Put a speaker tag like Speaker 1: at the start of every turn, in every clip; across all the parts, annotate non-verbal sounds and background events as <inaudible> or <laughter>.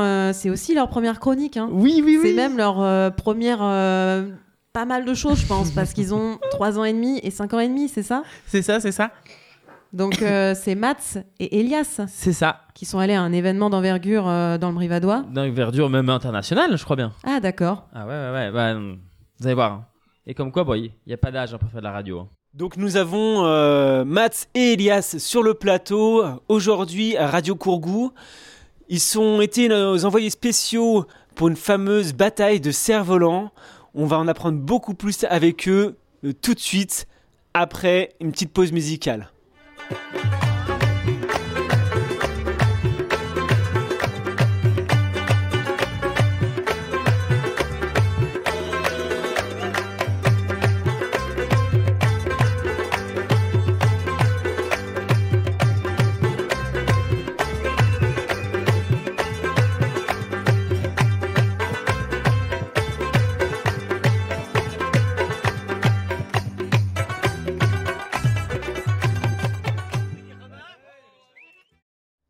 Speaker 1: euh, c'est aussi leur première chronique. hein.
Speaker 2: Oui, oui, oui.
Speaker 1: C'est même leur euh, première. euh, pas mal de choses, je pense, parce qu'ils
Speaker 2: <laughs>
Speaker 1: ont 3 ans et demi et 5 ans et demi, c'est ça
Speaker 2: C'est ça, c'est ça.
Speaker 1: Donc, euh, c'est Mats et Elias
Speaker 2: C'est ça.
Speaker 1: qui sont allés à un événement d'envergure euh, dans le Brivadois.
Speaker 2: Dans une verdure même internationale, je crois bien.
Speaker 1: Ah, d'accord.
Speaker 2: Ah ouais, ouais, ouais. bah, hum, vous allez voir. hein. Et comme quoi, bon, il n'y a pas d'âge hein, pour faire de la radio. hein.
Speaker 3: Donc nous avons euh, Mats et Elias sur le plateau aujourd'hui à Radio Courgou. Ils sont été nos envoyés spéciaux pour une fameuse bataille de cerfs-volants. On va en apprendre beaucoup plus avec eux euh, tout de suite après une petite pause musicale.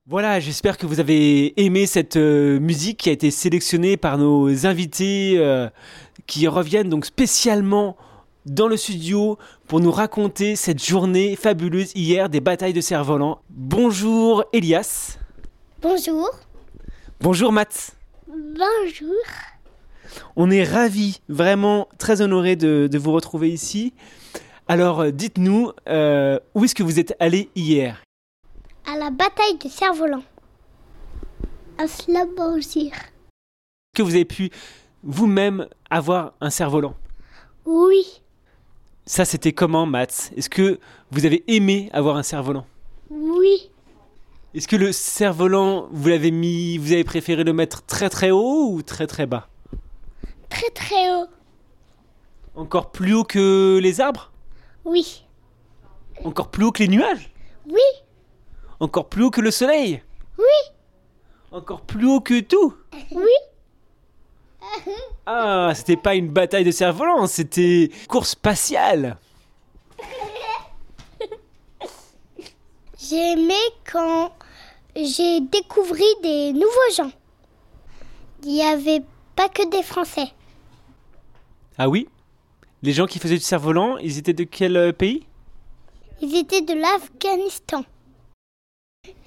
Speaker 3: Voilà, j'espère que vous avez aimé cette euh, musique qui a été sélectionnée par nos invités euh, qui reviennent donc spécialement dans le studio pour nous raconter cette journée fabuleuse hier des batailles de cerfs-volants. Bonjour Elias.
Speaker 4: Bonjour.
Speaker 3: Bonjour Matt.
Speaker 4: Bonjour.
Speaker 3: On est ravis, vraiment très honorés de, de vous retrouver ici. Alors euh, dites-nous, euh, où est-ce que vous êtes allé hier
Speaker 4: À la bataille de cerf-volant. À Slabozir.
Speaker 3: Que vous avez pu vous-même avoir un cerf-volant
Speaker 4: Oui.
Speaker 3: Ça, c'était comment, Mats Est-ce que vous avez aimé avoir un cerf-volant
Speaker 4: Oui.
Speaker 3: Est-ce que le cerf-volant, vous l'avez mis, vous avez préféré le mettre très très haut ou très très bas
Speaker 4: Très très haut.
Speaker 3: Encore plus haut que les arbres
Speaker 4: Oui.
Speaker 3: Encore plus haut que les nuages
Speaker 4: Oui.
Speaker 3: Encore plus haut que le soleil
Speaker 4: Oui.
Speaker 3: Encore plus haut que tout
Speaker 4: Oui.
Speaker 3: Ah, c'était pas une bataille de cerf-volant, c'était course spatiale
Speaker 4: J'ai aimé quand j'ai découvert des nouveaux gens. Il n'y avait pas que des Français.
Speaker 3: Ah oui Les gens qui faisaient du cerf-volant, ils étaient de quel euh, pays
Speaker 4: Ils étaient de l'Afghanistan.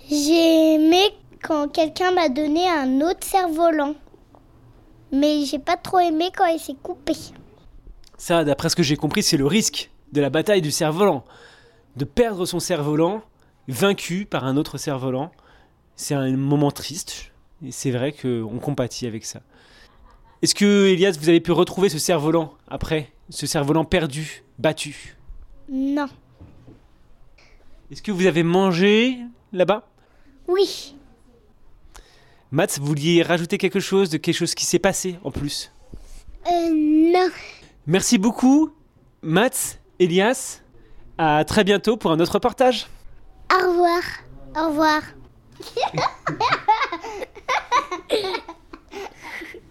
Speaker 4: J'ai aimé quand quelqu'un m'a donné un autre cerf-volant. Mais j'ai pas trop aimé quand il s'est coupé.
Speaker 3: Ça, d'après ce que j'ai compris, c'est le risque de la bataille du cerf-volant. De perdre son cerf-volant, vaincu par un autre cerf-volant, c'est un moment triste. Et c'est vrai qu'on compatit avec ça. Est-ce que, Elias, vous avez pu retrouver ce cerf-volant après Ce cerf-volant perdu, battu
Speaker 4: Non.
Speaker 3: Est-ce que vous avez mangé là-bas
Speaker 4: Oui.
Speaker 3: Mats, vous vouliez rajouter quelque chose de quelque chose qui s'est passé en plus
Speaker 4: Euh, non.
Speaker 3: Merci beaucoup, Mats, Elias. À très bientôt pour un autre reportage.
Speaker 4: Au revoir. Au revoir.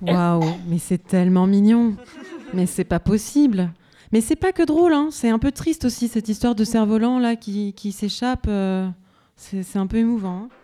Speaker 1: Waouh, mais c'est tellement mignon. Mais c'est pas possible. Mais c'est pas que drôle, hein. c'est un peu triste aussi cette histoire de cerf-volant là qui, qui s'échappe. euh, C'est c'est un peu émouvant. hein.